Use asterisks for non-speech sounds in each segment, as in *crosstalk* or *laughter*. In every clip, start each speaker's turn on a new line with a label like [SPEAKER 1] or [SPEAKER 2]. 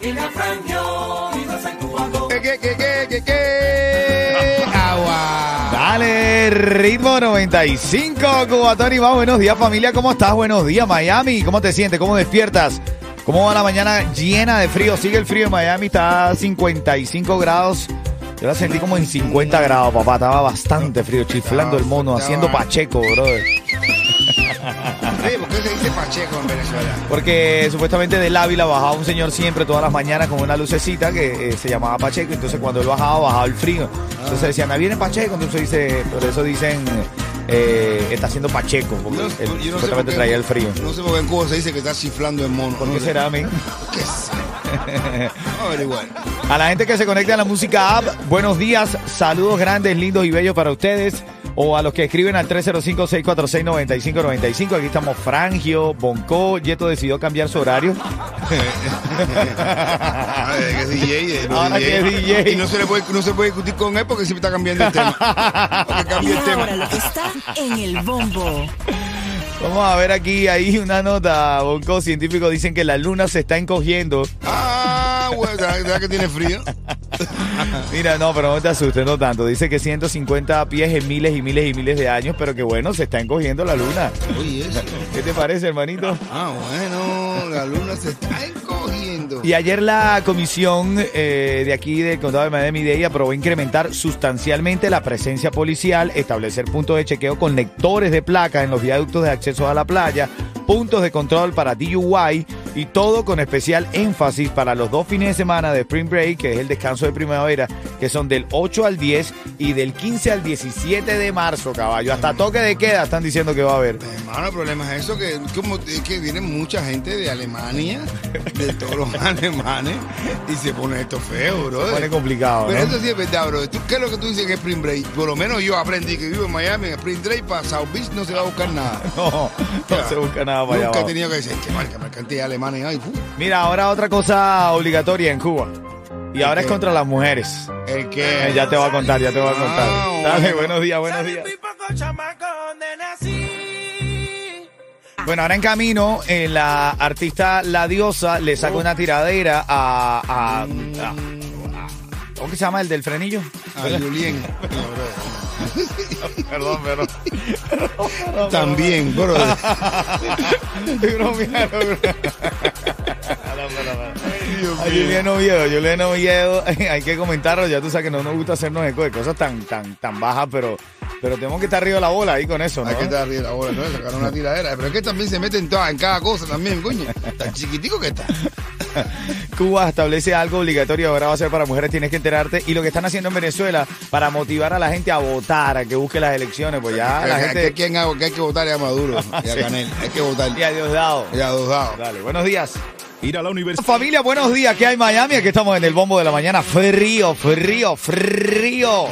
[SPEAKER 1] tiene a Frangio, y salsa en Cubango.
[SPEAKER 2] Que, que, que, que, que,
[SPEAKER 3] *laughs*
[SPEAKER 2] que.
[SPEAKER 3] Ah.
[SPEAKER 2] Agua.
[SPEAKER 3] Dale, ritmo 95, Cubatón y más. Buenos días, familia. ¿Cómo estás? Buenos días, Miami. ¿Cómo te sientes? ¿Cómo despiertas? ¿Cómo va la mañana llena de frío? Sigue el frío en Miami, está a 55 grados. Yo la sentí como en 50 grados, papá. Estaba bastante frío, chiflando el mono, haciendo pacheco, brother.
[SPEAKER 2] Sí, ¿Por qué se dice Pacheco en Venezuela?
[SPEAKER 3] Porque supuestamente del Ávila bajaba un señor siempre todas las mañanas con una lucecita que eh, se llamaba Pacheco. Entonces cuando él bajaba, bajaba el frío. Entonces decían, ah, viene Pacheco. Entonces dice, por eso dicen, eh, está haciendo Pacheco. Porque
[SPEAKER 4] No,
[SPEAKER 3] él
[SPEAKER 4] yo no sé por
[SPEAKER 3] supuestamente
[SPEAKER 4] qué-
[SPEAKER 3] traía el frío.
[SPEAKER 4] No sé por qué en Cuba se dice que está chiflando el mono.
[SPEAKER 3] ¿Por
[SPEAKER 4] no
[SPEAKER 3] qué
[SPEAKER 4] sé.
[SPEAKER 3] será, men?
[SPEAKER 4] *laughs* ¿Qué sé? Vamos a
[SPEAKER 3] *laughs*
[SPEAKER 4] averiguar.
[SPEAKER 3] A la gente que se conecta a la música app, buenos días, saludos grandes, lindos y bellos para ustedes. O a los que escriben al 305-646-9595. Aquí estamos Frangio, Bonco. Yeto decidió cambiar su
[SPEAKER 4] *laughs*
[SPEAKER 3] horario. *laughs*
[SPEAKER 4] Ah, eh, que es DJ, eh, no
[SPEAKER 3] Ahora que es DJ.
[SPEAKER 4] Y no se, le puede, no se puede discutir con él porque siempre está cambiando
[SPEAKER 3] *laughs*
[SPEAKER 4] el tema. Porque
[SPEAKER 5] Y
[SPEAKER 4] cambia el tema.
[SPEAKER 5] ahora lo que está en el bombo.
[SPEAKER 3] Vamos a ver aquí, ahí una nota, Bonco. Científicos dicen que la luna se está encogiendo.
[SPEAKER 4] Ah, bueno, ¿será, será que tiene frío?
[SPEAKER 3] Mira, no, pero no te asustes, no tanto. Dice que 150 pies en miles y miles y miles de años, pero que bueno, se está encogiendo la luna.
[SPEAKER 4] Oye, eso.
[SPEAKER 3] ¿Qué te parece, hermanito?
[SPEAKER 4] Ah, bueno, la luna se está encogiendo.
[SPEAKER 3] Y ayer la comisión eh, de aquí del condado de Miami-Dade aprobó incrementar sustancialmente la presencia policial, establecer puntos de chequeo con lectores de placas en los viaductos de acceso a la playa, puntos de control para DUI y todo con especial énfasis para los dos fines de semana de Spring Break, que es el descanso de primavera, que son del 8 al 10 y del 15 al 17 de marzo, caballo. Hasta toque de queda están diciendo que va a haber.
[SPEAKER 4] Hermano, el problema es eso, que, como, es que viene mucha gente de Alemania, de todos los *laughs* alemanes, y se pone esto feo, bro.
[SPEAKER 3] Se pone complicado,
[SPEAKER 4] Pero
[SPEAKER 3] ¿no?
[SPEAKER 4] eso sí es verdad, bro. ¿Tú, ¿Qué es lo que tú dices en Spring Break? Por lo menos yo aprendí que vivo en Miami, en Spring Break para South Beach no se va a buscar nada.
[SPEAKER 3] *laughs* No, no se busca nada para allá
[SPEAKER 4] Nunca he
[SPEAKER 3] abajo.
[SPEAKER 4] tenido que decir, que marca, marca cantidad de alemanes. Ay, fu-
[SPEAKER 3] Mira, ahora otra cosa obligatoria en Cuba. Y ahora es
[SPEAKER 4] qué?
[SPEAKER 3] contra las mujeres.
[SPEAKER 4] el
[SPEAKER 3] Eh,
[SPEAKER 4] que...
[SPEAKER 3] ya te voy a contar, ya te voy a contar.
[SPEAKER 4] Ah,
[SPEAKER 3] Dale,
[SPEAKER 4] bueno.
[SPEAKER 3] buenos días, buenos
[SPEAKER 1] Sabe
[SPEAKER 3] días.
[SPEAKER 1] muy poco chamaco donde nací.
[SPEAKER 3] Bueno, ahora en camino, eh, la artista La Diosa le
[SPEAKER 4] Oh.
[SPEAKER 3] saca una tiradera a... a, a-
[SPEAKER 4] Mm.
[SPEAKER 3] a- ¿Cómo que se llama el del frenillo? *laughs*
[SPEAKER 4] A Julien. No, bro.
[SPEAKER 3] Perdón, perdón.
[SPEAKER 4] También, bro.
[SPEAKER 3] Ah. Estoy
[SPEAKER 4] *laughs*
[SPEAKER 3] bromeando, bro. Perdón, perdón, perdón. A Julián Oviedo, Julián Oviedo, *laughs* hay que comentarlo, ya tú sabes que no nos gusta hacernos eco de cosas tan, tan, tan bajas, pero, pero tenemos que estar arriba de la bola ahí con eso, ¿no?
[SPEAKER 4] Hay que estar arriba ahora, ¿no? Sacaron una tiradera. Pero es que también se meten todas, en cada cosa también, coño. Tan chiquitico que está.
[SPEAKER 3] Cuba establece algo obligatorio, ahora va a ser para mujeres, tienes que enterarte. Y lo que están haciendo en Venezuela para motivar a la gente a votar, a que busque las elecciones, pues ya la
[SPEAKER 4] Que- que,
[SPEAKER 3] gente...
[SPEAKER 4] quien hago- que hay que votar es a Maduro y a
[SPEAKER 3] Sí.
[SPEAKER 4] Canel. Hay que votar.
[SPEAKER 3] Y a Diosdado.
[SPEAKER 4] Y a Diosdado.
[SPEAKER 3] Dale, buenos días.
[SPEAKER 6] Ir a la universidad.
[SPEAKER 3] Familia, buenos días. ¿Qué hay Miami? Aquí estamos en el bombo de la mañana. Frío, frío, frío.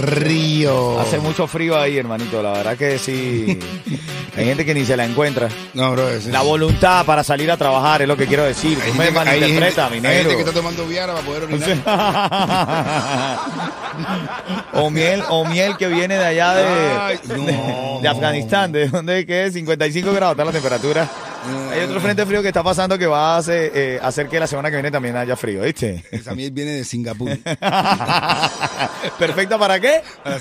[SPEAKER 4] Río.
[SPEAKER 3] Hace mucho frío ahí, hermanito. La verdad que
[SPEAKER 6] *laughs*
[SPEAKER 3] sí. Hay gente que ni se la encuentra.
[SPEAKER 4] No, bro. es-
[SPEAKER 3] La voluntad para salir a trabajar es lo que quiero decir.
[SPEAKER 4] Hay
[SPEAKER 3] Tú me
[SPEAKER 4] gente- hay gente-
[SPEAKER 3] malinterpretas,
[SPEAKER 4] Hay
[SPEAKER 3] minero.
[SPEAKER 4] gente que está tomando Viara para poder orinar.
[SPEAKER 3] o miel, o miel que viene de allá de,
[SPEAKER 4] Ay, no.
[SPEAKER 3] de Afganistán, de dónde es que es 55 grados está la temperatura. Hay otro frente frío que está pasando que va a hacer, eh, hacer que la semana que viene también haya frío, ¿viste? *laughs*
[SPEAKER 4] Esa miel viene de Singapur.
[SPEAKER 3] Perfecto para qué?
[SPEAKER 4] Ahora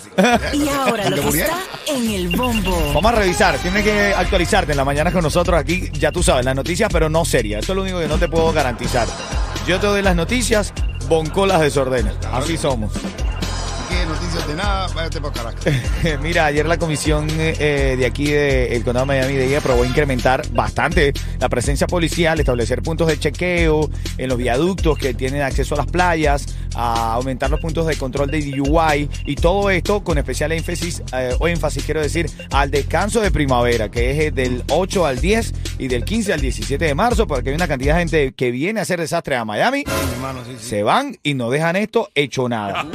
[SPEAKER 4] sí.
[SPEAKER 5] Y ahora lo que está en el bombo.
[SPEAKER 3] Vamos a revisar, tienes que actualizarte en la mañana con nosotros aquí, ya tú sabes, las noticias, pero no serias. Eso es lo único que no te puedo garantizar. Yo te doy las noticias, Bonco las desordena. Así somos.
[SPEAKER 4] ¿Qué noticias de nada, váyate
[SPEAKER 3] *laughs*
[SPEAKER 4] para Caracas.
[SPEAKER 3] Mira, ayer la comisión eh, de aquí del Condado de Miami Dade aprobó incrementar bastante la presencia policial, establecer puntos de chequeo en los viaductos que tienen acceso a las playas, a aumentar los puntos de control de DUI y todo esto con especial énfasis eh, o énfasis quiero decir al descanso de primavera, que es eh, del 8 al 10 y del 15 al 17 de marzo, porque hay una cantidad de gente que viene a hacer desastre a Miami,
[SPEAKER 4] Hermano, sí, sí.
[SPEAKER 3] se van y no dejan esto hecho nada.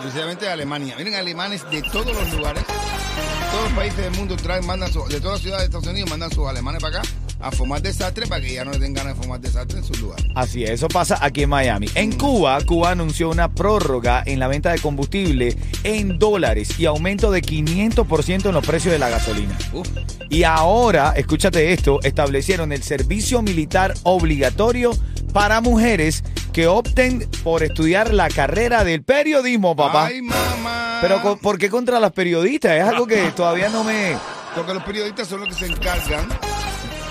[SPEAKER 4] Precisamente de Alemania. Miren, alemanes de todos los lugares, de todos los países del mundo traen, mandan su- de todas las ciudades de Estados Unidos mandan sus alemanes para acá a formar desastre para que ya no le den ganas de formar desastre en sus lugares.
[SPEAKER 3] Así es, eso pasa aquí en Miami. En Cuba, Cuba anunció una prórroga en la venta de combustible en dólares y aumento de 500% en los precios de la gasolina.
[SPEAKER 4] Uf.
[SPEAKER 3] Y ahora, escúchate esto, establecieron el servicio militar obligatorio para mujeres que opten por estudiar la carrera del periodismo, papá.
[SPEAKER 4] Ay, mamá.
[SPEAKER 3] Pero co- ¿por qué contra las periodistas? Es algo que todavía no
[SPEAKER 4] *laughs*
[SPEAKER 3] me...
[SPEAKER 4] Porque los periodistas son los que se encargan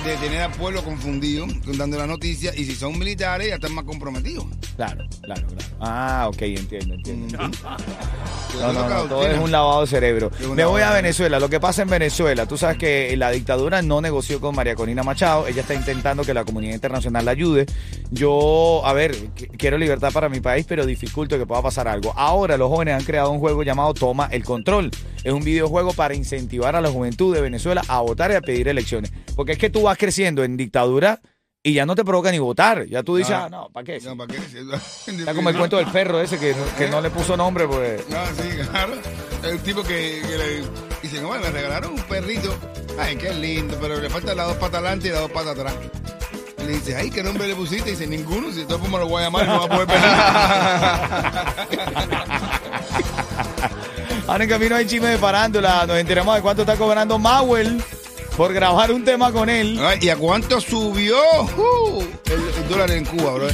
[SPEAKER 4] de tener al pueblo confundido, contando la noticia, y si son militares ya están
[SPEAKER 3] *laughs*
[SPEAKER 4] más comprometidos.
[SPEAKER 3] Claro, claro, claro. Ah, ok, entiendo, entiendo.
[SPEAKER 4] Que
[SPEAKER 3] No,
[SPEAKER 4] son
[SPEAKER 3] no, no,
[SPEAKER 4] los que
[SPEAKER 3] todo es
[SPEAKER 4] adoctrinan.
[SPEAKER 3] un lavado de cerebro.
[SPEAKER 4] Es un
[SPEAKER 3] Me
[SPEAKER 4] lavado
[SPEAKER 3] voy a
[SPEAKER 4] de-
[SPEAKER 3] Venezuela. Lo que pasa en Venezuela, tú sabes que la dictadura no negoció con María Corina Machado. Ella está intentando que la comunidad internacional la ayude. Yo, a ver, qu- quiero libertad para mi país, pero dificulto que pueda pasar algo. Ahora los jóvenes han creado un juego llamado Toma el Control. Es un videojuego para incentivar a la juventud de Venezuela a votar y a pedir elecciones. Porque es que tú vas creciendo en dictadura y ya no te provoca ni votar. Ya tú dices,
[SPEAKER 4] Ah.
[SPEAKER 3] ah, no, ¿para qué?
[SPEAKER 4] No, ¿para qué?
[SPEAKER 3] Está
[SPEAKER 4] *laughs*
[SPEAKER 3] como el cuento del perro ese que, no- que no le puso nombre, pues...
[SPEAKER 4] No, Ah, sí, *laughs* claro. El tipo que, que le dicen, bueno, le regalaron un perrito. Ay, qué lindo, pero le faltan las dos patas adelante y las dos patas atrás. Y Le dice, ay, ¿qué nombre le pusiste? Y dice, ninguno, si de todas formas lo voy a llamar, no va a poder pelar.
[SPEAKER 3] Ahora en camino hay chisme de farándula. Nos enteramos de cuánto está cobrando Mauel por grabar un tema con él.
[SPEAKER 4] Ay, ¿Y a cuánto subió uh, el, el dólar en Cuba, bro?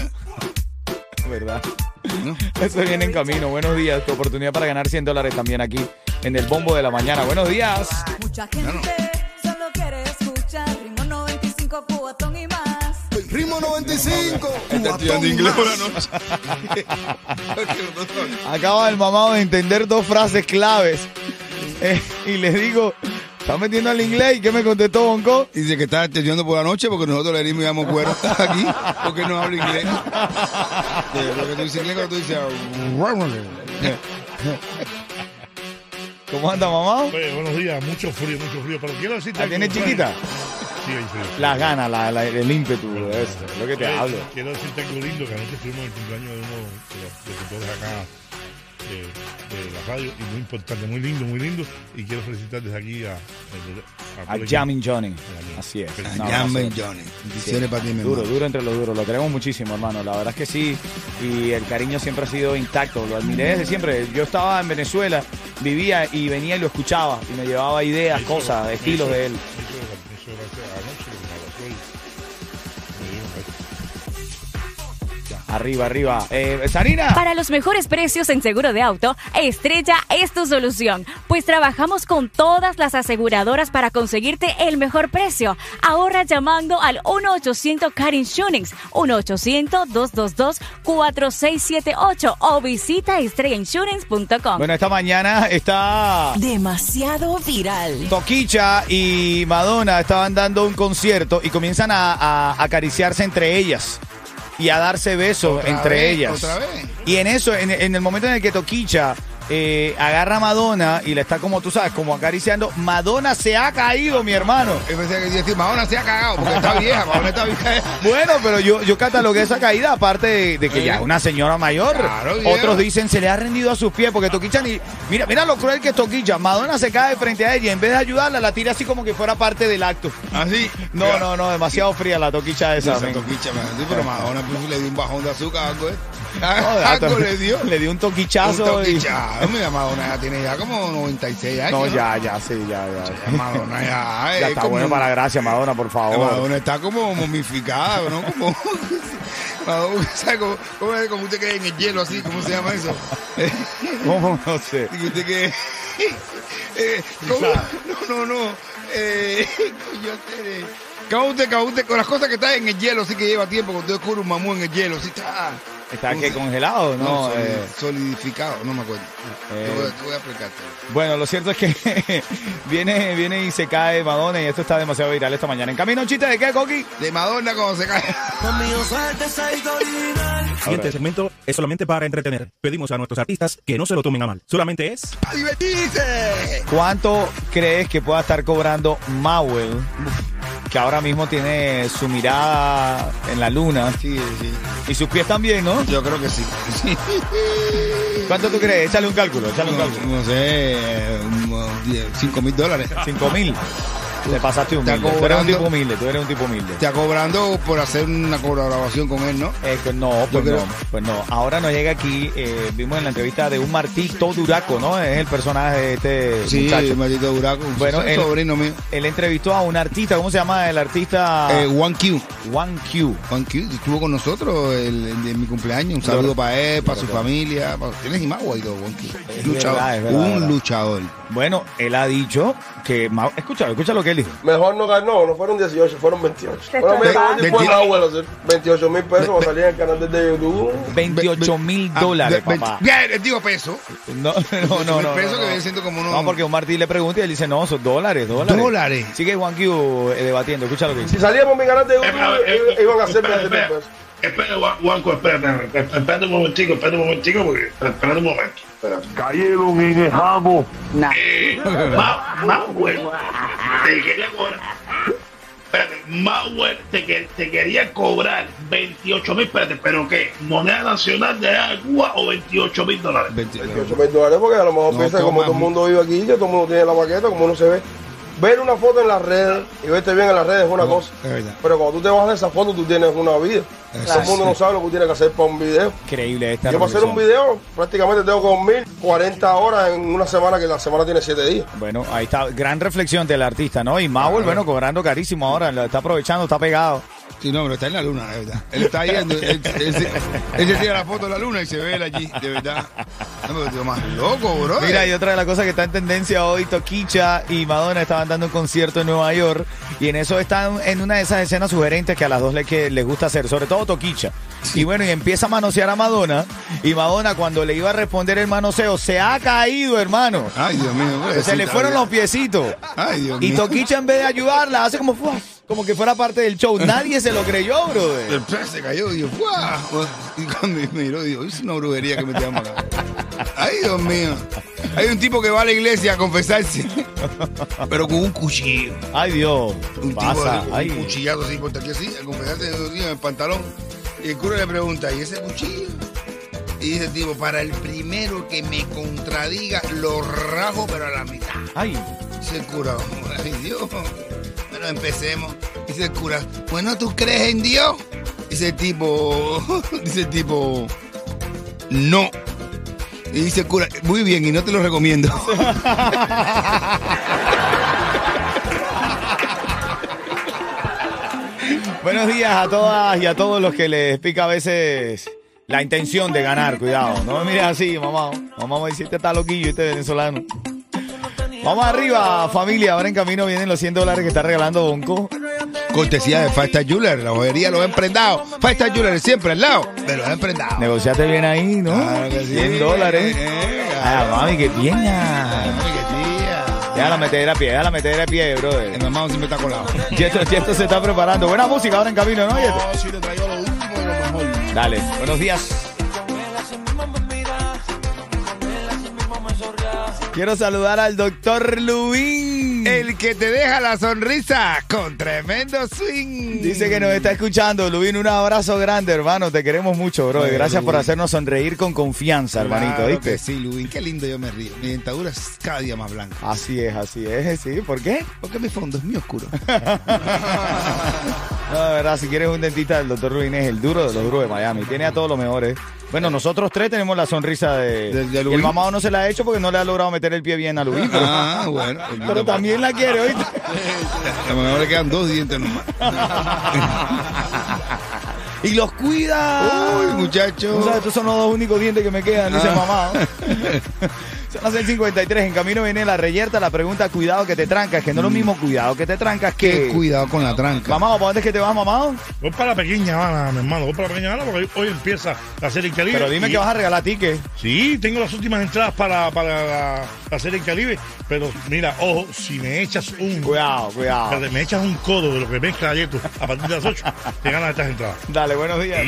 [SPEAKER 3] ¿Verdad?
[SPEAKER 4] ¿No?
[SPEAKER 3] *laughs* Eso viene en camino. Buenos días. Tu oportunidad para ganar 100 dólares también aquí en el bombo de la mañana. Buenos días.
[SPEAKER 6] Mucha
[SPEAKER 4] No, no.
[SPEAKER 6] gente solo quiere escuchar Ritmo 95, Cubatón y más.
[SPEAKER 2] Primo 95.
[SPEAKER 4] Está estudiando inglés por la noche. *laughs*
[SPEAKER 3] Acaba el mamado de entender dos frases claves. *laughs* Eh, y le digo, ¿estás metiendo al inglés? ¿Y qué me contestó Bonco?
[SPEAKER 4] Dice que está estudiando por la noche porque nosotros le dimos y damos cuero *laughs* aquí porque no habla
[SPEAKER 3] *laughs*
[SPEAKER 4] inglés. Eh, Lo que tú dices inglés cuando tú dices... "Oh,
[SPEAKER 3] ¿Cómo anda, mamado?
[SPEAKER 7] Oye, buenos días, mucho frío, mucho frío, pero quiero decirte
[SPEAKER 3] ¿La tienes
[SPEAKER 7] Efraín.
[SPEAKER 3] chiquita?
[SPEAKER 7] Sí, hay frío.
[SPEAKER 3] Las ganas, la- la- el ímpetu, eso, es lo que te
[SPEAKER 7] Oye,
[SPEAKER 3] hablo.
[SPEAKER 7] Quiero decirte algo lindo, que anoche estuvimos en el cumpleaños de uno de los locutores acá eh, de, la radio, y muy importante, muy lindo, muy lindo, y quiero felicitar desde aquí a... A,
[SPEAKER 3] A Jamming Johnny. Así es. Un *laughs* abrazo.
[SPEAKER 4] Llamen Johnny. Bendiciones para ti, mi
[SPEAKER 3] Duro,
[SPEAKER 4] hermano.
[SPEAKER 3] duro entre los duros. Lo queremos muchísimo, hermano. La verdad es que sí. Y el cariño siempre ha sido intacto. Lo admiré desde siempre. Yo estaba en Venezuela, vivía y venía y lo escuchaba. Y me llevaba ideas, cosas, estilos de él.
[SPEAKER 7] Muchas gracias anoche, que me abrazó y me dio un beso.
[SPEAKER 3] Arriba, arriba. Eh, Sarina.
[SPEAKER 8] Para los mejores precios en seguro de auto, Estrella es tu solución, pues trabajamos con todas las aseguradoras para conseguirte el mejor precio. Ahorra llamando al 1-800-CAR Insurance, 1-800-222-4678 o visita estrellainsurance.com.
[SPEAKER 3] Bueno, esta mañana está
[SPEAKER 5] Demasiado viral.
[SPEAKER 3] Toquicha y Madonna estaban dando un concierto y comienzan a, a acariciarse entre ellas y a darse besos
[SPEAKER 4] Otra
[SPEAKER 3] entre
[SPEAKER 4] vez,
[SPEAKER 3] ellas.
[SPEAKER 4] otra vez.
[SPEAKER 3] Y en eso, en, en el momento en el que Toquicha eh, agarra a Madonna y la está como tú sabes, como acariciando, Madonna se ha caído, mi hermano.
[SPEAKER 4] Yo pensé que decía, Mahona se ha cagado porque está vieja, Mahona está vieja. *laughs*
[SPEAKER 3] Bueno, pero yo, yo catalogué esa caída, aparte de, de que
[SPEAKER 4] Sí.
[SPEAKER 3] ya es una señora mayor.
[SPEAKER 4] Claro, viejo.
[SPEAKER 3] Otros dicen se le ha rendido a sus pies, porque Toquicha ni. Mira, mira lo cruel que es Toquicha. Madonna se cae frente a ella y en vez de ayudarla, la tira así como que fuera parte del acto.
[SPEAKER 4] Así.
[SPEAKER 3] No, no, no, demasiado fría la Toquicha esa.
[SPEAKER 4] ¿Ah, Esa
[SPEAKER 3] men.
[SPEAKER 4] toquicha, man. Sí, pero Mahona pues, le dio un bajón de azúcar, algo, ¿eh?
[SPEAKER 3] Joder, hasta-
[SPEAKER 4] *laughs* Algo le dio.
[SPEAKER 3] Le dio un toquichazo.
[SPEAKER 4] Un
[SPEAKER 3] y-
[SPEAKER 4] toquichazo. Mira, Madonna ya tiene ya como 96 años.
[SPEAKER 3] No, ya, ya, sí, ya, ya.
[SPEAKER 4] Madonna ya.
[SPEAKER 3] Ya
[SPEAKER 4] es
[SPEAKER 3] está
[SPEAKER 4] como-
[SPEAKER 3] bueno para la gracia, Madonna, por favor.
[SPEAKER 4] Madonna Ah, está como momificada, ¿no? Como. *laughs* Madonna, ¿sabe cómo, cómo es? Como usted cree en el hielo así, ¿cómo se llama eso? *laughs*
[SPEAKER 3] ¿Cómo? No sé.
[SPEAKER 4] Y usted que. *laughs* eh, ¿Cómo? No, no, no. Eh, *laughs* coño, eh, caute, caute, con las cosas que están en el hielo, sí que lleva tiempo cuando usted descubre un mamú en el hielo, sí está.
[SPEAKER 3] Está
[SPEAKER 4] ¿Cómo
[SPEAKER 3] que
[SPEAKER 4] se-
[SPEAKER 3] congelado, ¿no?
[SPEAKER 4] solid-
[SPEAKER 3] Eh,
[SPEAKER 4] Solidificado, no me acuerdo.
[SPEAKER 3] Eh.
[SPEAKER 4] Te voy, a- te voy a explicarte.
[SPEAKER 3] Bueno, lo cierto es que *laughs* viene, viene y se cae Madonna y esto está demasiado viral esta mañana. En camino, un chiste de qué, Coqui?
[SPEAKER 4] De Madonna cuando se cae. *laughs*
[SPEAKER 1] Conmigo saltes a original.
[SPEAKER 9] Siguiente segmento es solamente para entretener. Pedimos a nuestros artistas que no se lo tomen a mal. Solamente es
[SPEAKER 4] ¡A divertirse!
[SPEAKER 3] ¿Cuánto crees que pueda estar cobrando Mauel, que ahora mismo tiene su mirada en la luna
[SPEAKER 4] Sí, sí.
[SPEAKER 3] y sus pies también, ¿no?
[SPEAKER 4] Yo creo que *laughs* sí. Sí.
[SPEAKER 3] ¿Cuánto tú crees? Échale un cálculo, échale un
[SPEAKER 4] No,
[SPEAKER 3] cálculo.
[SPEAKER 4] no sé, eh, unos 10, 5 mil dólares.
[SPEAKER 3] Cinco mil. Te pasaste humilde.
[SPEAKER 4] Está
[SPEAKER 3] Tú eres un
[SPEAKER 4] cobrando.
[SPEAKER 3] tipo humilde, tú eres un tipo humilde.
[SPEAKER 4] Está cobrando por hacer una colaboración con él, ¿no?
[SPEAKER 3] Eh, pues no, pues
[SPEAKER 4] creo-
[SPEAKER 3] no, pues no. Ahora nos llega aquí, eh, vimos en la entrevista de un Martí Duraco, ¿no? Es el personaje de este
[SPEAKER 4] Sí,
[SPEAKER 3] muchacho.
[SPEAKER 4] maldito Duraco.
[SPEAKER 3] Bueno,
[SPEAKER 4] es
[SPEAKER 3] él-
[SPEAKER 4] sobrino mío.
[SPEAKER 3] Él entrevistó a un artista, ¿cómo se llama el artista?
[SPEAKER 4] Eh, One Q.
[SPEAKER 3] One Q.
[SPEAKER 4] Juan Q estuvo con nosotros el, el de mi cumpleaños. Un
[SPEAKER 3] Claro.
[SPEAKER 4] saludo para él, para su
[SPEAKER 3] Claro.
[SPEAKER 4] familia. para- Tienes Imagua y todo, Juan
[SPEAKER 3] Es
[SPEAKER 4] Q.
[SPEAKER 3] verdad,
[SPEAKER 4] Luchador.
[SPEAKER 3] es verdad,
[SPEAKER 4] un
[SPEAKER 3] es verdad.
[SPEAKER 4] luchador.
[SPEAKER 3] Bueno, él ha dicho que... Ma- Escúchalo, escucha lo que él dijo.
[SPEAKER 10] Mejor no ganó, no fueron 18, fueron 28. Bueno,
[SPEAKER 4] estoy
[SPEAKER 10] me ganó
[SPEAKER 4] pagando.
[SPEAKER 10] tipo Raúl, o sea, 28 mil pesos salían en el canal de YouTube.
[SPEAKER 3] 28 mil
[SPEAKER 4] Ah,
[SPEAKER 3] dólares,
[SPEAKER 4] ve- ve-
[SPEAKER 3] papá.
[SPEAKER 4] Bien, eh, digo peso.
[SPEAKER 3] *laughs* No, no, no,
[SPEAKER 4] mil
[SPEAKER 3] no.
[SPEAKER 4] pesos
[SPEAKER 3] no,
[SPEAKER 4] que
[SPEAKER 3] no.
[SPEAKER 4] viene siendo como unos-
[SPEAKER 3] No, porque un Martí le pregunta y él dice, no, son dólares, dólares.
[SPEAKER 4] Dólares.
[SPEAKER 3] Sigue Juan Q eh, debatiendo, escucha lo que
[SPEAKER 10] Si
[SPEAKER 3] dice.
[SPEAKER 10] salía por mi canal de YouTube, i- iban a hacer 20 mil
[SPEAKER 9] Eh, espera,
[SPEAKER 10] pesos.
[SPEAKER 9] espera, Juan- Juanco, espera, espera, espera, espera un momentico, espera un momentico, porque espera un momento. Cayeron en el jabo. Más bueno. Te quería cobrar. Espérate, Mauer te, que- te quería cobrar 28 mil, espérate, pero ¿qué? ¿Moneda nacional de agua o 28 mil dólares?
[SPEAKER 10] 28 mil dólares, porque a lo mejor
[SPEAKER 4] No,
[SPEAKER 10] piensa que
[SPEAKER 4] toma,
[SPEAKER 10] como todo el
[SPEAKER 4] mi-
[SPEAKER 10] mundo vive aquí, que todo el mundo tiene la maqueta, como uno se ve. Ver una foto en las redes y verte bien en las redes es una cosa.
[SPEAKER 4] es verdad.
[SPEAKER 10] Pero cuando tú te bajas de esa foto, tú tienes una vida. Todo el mundo no sabe lo que tú tienes que hacer para un video.
[SPEAKER 3] Increíble esta
[SPEAKER 10] Yo para hacer un
[SPEAKER 3] reflexión.
[SPEAKER 10] video prácticamente tengo como 1040 horas en una semana que la semana tiene 7 días.
[SPEAKER 3] Bueno, ahí está, gran reflexión del artista, ¿no? Y Mauer, bueno, cobrando carísimo ahora, lo está aprovechando, está pegado.
[SPEAKER 4] Sí, no, pero está en la luna, de verdad. Él está yendo. él, él se, él se tira la foto de la luna y se ve él allí, de verdad. No, pero tío, más loco, bro.
[SPEAKER 3] Mira, y otra de las cosas que está en tendencia hoy, Toquicha y Madonna estaban dando un concierto en Nueva York y en eso están en una de esas escenas sugerentes que a las dos le- que les gusta hacer, sobre todo Toquicha. Y bueno, y empieza a manosear a Madonna y Madonna cuando le iba a responder el manoseo, se ha caído, hermano.
[SPEAKER 4] Ay, Dios mío. bro,
[SPEAKER 3] Se le
[SPEAKER 4] sí,
[SPEAKER 3] fueron
[SPEAKER 4] está
[SPEAKER 3] los
[SPEAKER 4] bien.
[SPEAKER 3] piecitos.
[SPEAKER 4] Ay, Dios
[SPEAKER 3] Y
[SPEAKER 4] mío.
[SPEAKER 3] Toquicha en vez de ayudarla, hace como, "Fua", como que fuera parte del show. Nadie se lo creyó, brother.
[SPEAKER 4] El plan se cayó y yo, ¡guau! Y cuando me miró, digo, es una brujería que me te acá. Ay, Dios mío. Hay un tipo que va a la iglesia a confesarse, pero con un cuchillo.
[SPEAKER 3] Ay, Dios.
[SPEAKER 4] Un
[SPEAKER 3] Pasa.
[SPEAKER 4] tipo con un
[SPEAKER 3] Ay.
[SPEAKER 4] cuchillado así, porque aquí así, a confesarse de dos días en el pantalón. Y el cura le pregunta, ¿y ese cuchillo? Y dice el tipo, para el primero que me contradiga, lo rajo, pero a la mitad.
[SPEAKER 3] Ay.
[SPEAKER 4] Dice el cura, ay Dios. Bueno, empecemos. Dice el cura, bueno, ¿tú crees en Dios? Dice el tipo, *laughs* dice el tipo, no. Y dice el cura, muy bien, y no te lo recomiendo.
[SPEAKER 3] Buenos días a todas y a todos los que les pica a veces la intención de ganar, cuidado. No me mires así, mamá. Mamá me dice, este está loquillo, este venezolano. Vamos arriba, familia. Ahora en camino vienen los 100 dólares que está regalando Bonco.
[SPEAKER 4] Cortesía de Fasta Jeweler, la joyería los ha emprendado. Fasta Jeweler siempre al lado de los emprendados.
[SPEAKER 3] Negociaste bien ahí, ¿no?
[SPEAKER 4] Claro que sí.
[SPEAKER 3] 100 dólares.
[SPEAKER 4] Eh,
[SPEAKER 3] Ah, mami, qué bien. ah.
[SPEAKER 4] Oye,
[SPEAKER 3] Déjala meter a pie, déjala meter a pie,
[SPEAKER 4] tía.
[SPEAKER 3] brother.
[SPEAKER 4] El hermano siempre está colado.
[SPEAKER 3] Yeto, Yeto se está preparando. Buena música ahora en camino, ¿no, Yeto?
[SPEAKER 4] sí, te traigo lo último y lo mejor.
[SPEAKER 3] Dale, buenos días. Quiero saludar al doctor Luis.
[SPEAKER 4] El que te deja la sonrisa con tremendo swing.
[SPEAKER 3] Dice que nos está escuchando. Luis, un abrazo grande, hermano. Te queremos mucho, bro.
[SPEAKER 4] Bueno,
[SPEAKER 3] Gracias por
[SPEAKER 4] Lubín.
[SPEAKER 3] hacernos sonreír con confianza, hermanito,
[SPEAKER 4] Claro
[SPEAKER 3] ¿viste?
[SPEAKER 4] que sí, Luis, qué lindo yo me río. Mi dentadura es cada día más blanca.
[SPEAKER 3] Así es, así es, sí. ¿Por qué?
[SPEAKER 4] Porque mi fondo es muy
[SPEAKER 3] *laughs*
[SPEAKER 4] oscuro. *laughs*
[SPEAKER 3] No, de verdad, si quieres un dentista, el doctor Luis es el duro de los duros de Miami. Tiene a todos los mejores. Bueno, nosotros tres tenemos la sonrisa de,
[SPEAKER 4] Eh. De- de
[SPEAKER 3] y El
[SPEAKER 4] Lubín.
[SPEAKER 3] mamado no se la ha hecho porque no le ha logrado meter el pie bien a Luis. Pero,
[SPEAKER 4] ah, bueno.
[SPEAKER 3] *laughs* pero también la quiere, ¿oíste?
[SPEAKER 4] A lo mejor le quedan dos dientes nomás.
[SPEAKER 3] *laughs* y los cuida.
[SPEAKER 4] Uy,
[SPEAKER 3] Tú sabes,
[SPEAKER 4] muchacho. *laughs*
[SPEAKER 3] estos son los dos únicos dientes que me quedan, dice
[SPEAKER 4] Ah.
[SPEAKER 3] mamá. Son las 6.53, en camino viene la reyerta, la pregunta, cuidado que te trancas, que no es lo
[SPEAKER 4] Mm.
[SPEAKER 3] mismo cuidado que te trancas que...
[SPEAKER 4] Qué cuidado con la tranca.
[SPEAKER 3] Mamado, ¿para dónde es que te vas, mamado?
[SPEAKER 7] Voy para la pequeña Habana, mi hermano. Voy para la pequeña Habana porque hoy empieza la serie del Caribe.
[SPEAKER 3] Pero dime
[SPEAKER 7] y-
[SPEAKER 3] que vas a regalar tickets.
[SPEAKER 7] Sí, tengo las últimas entradas para, para la, la serie del Caribe. Pero mira, ojo, si me echas un.
[SPEAKER 3] Cuidado, cuidado.
[SPEAKER 7] Espérate, me echas un codo de lo que mezcla ayer tú, a partir de las 8, te ganas estas entradas.
[SPEAKER 3] Dale, buenos días.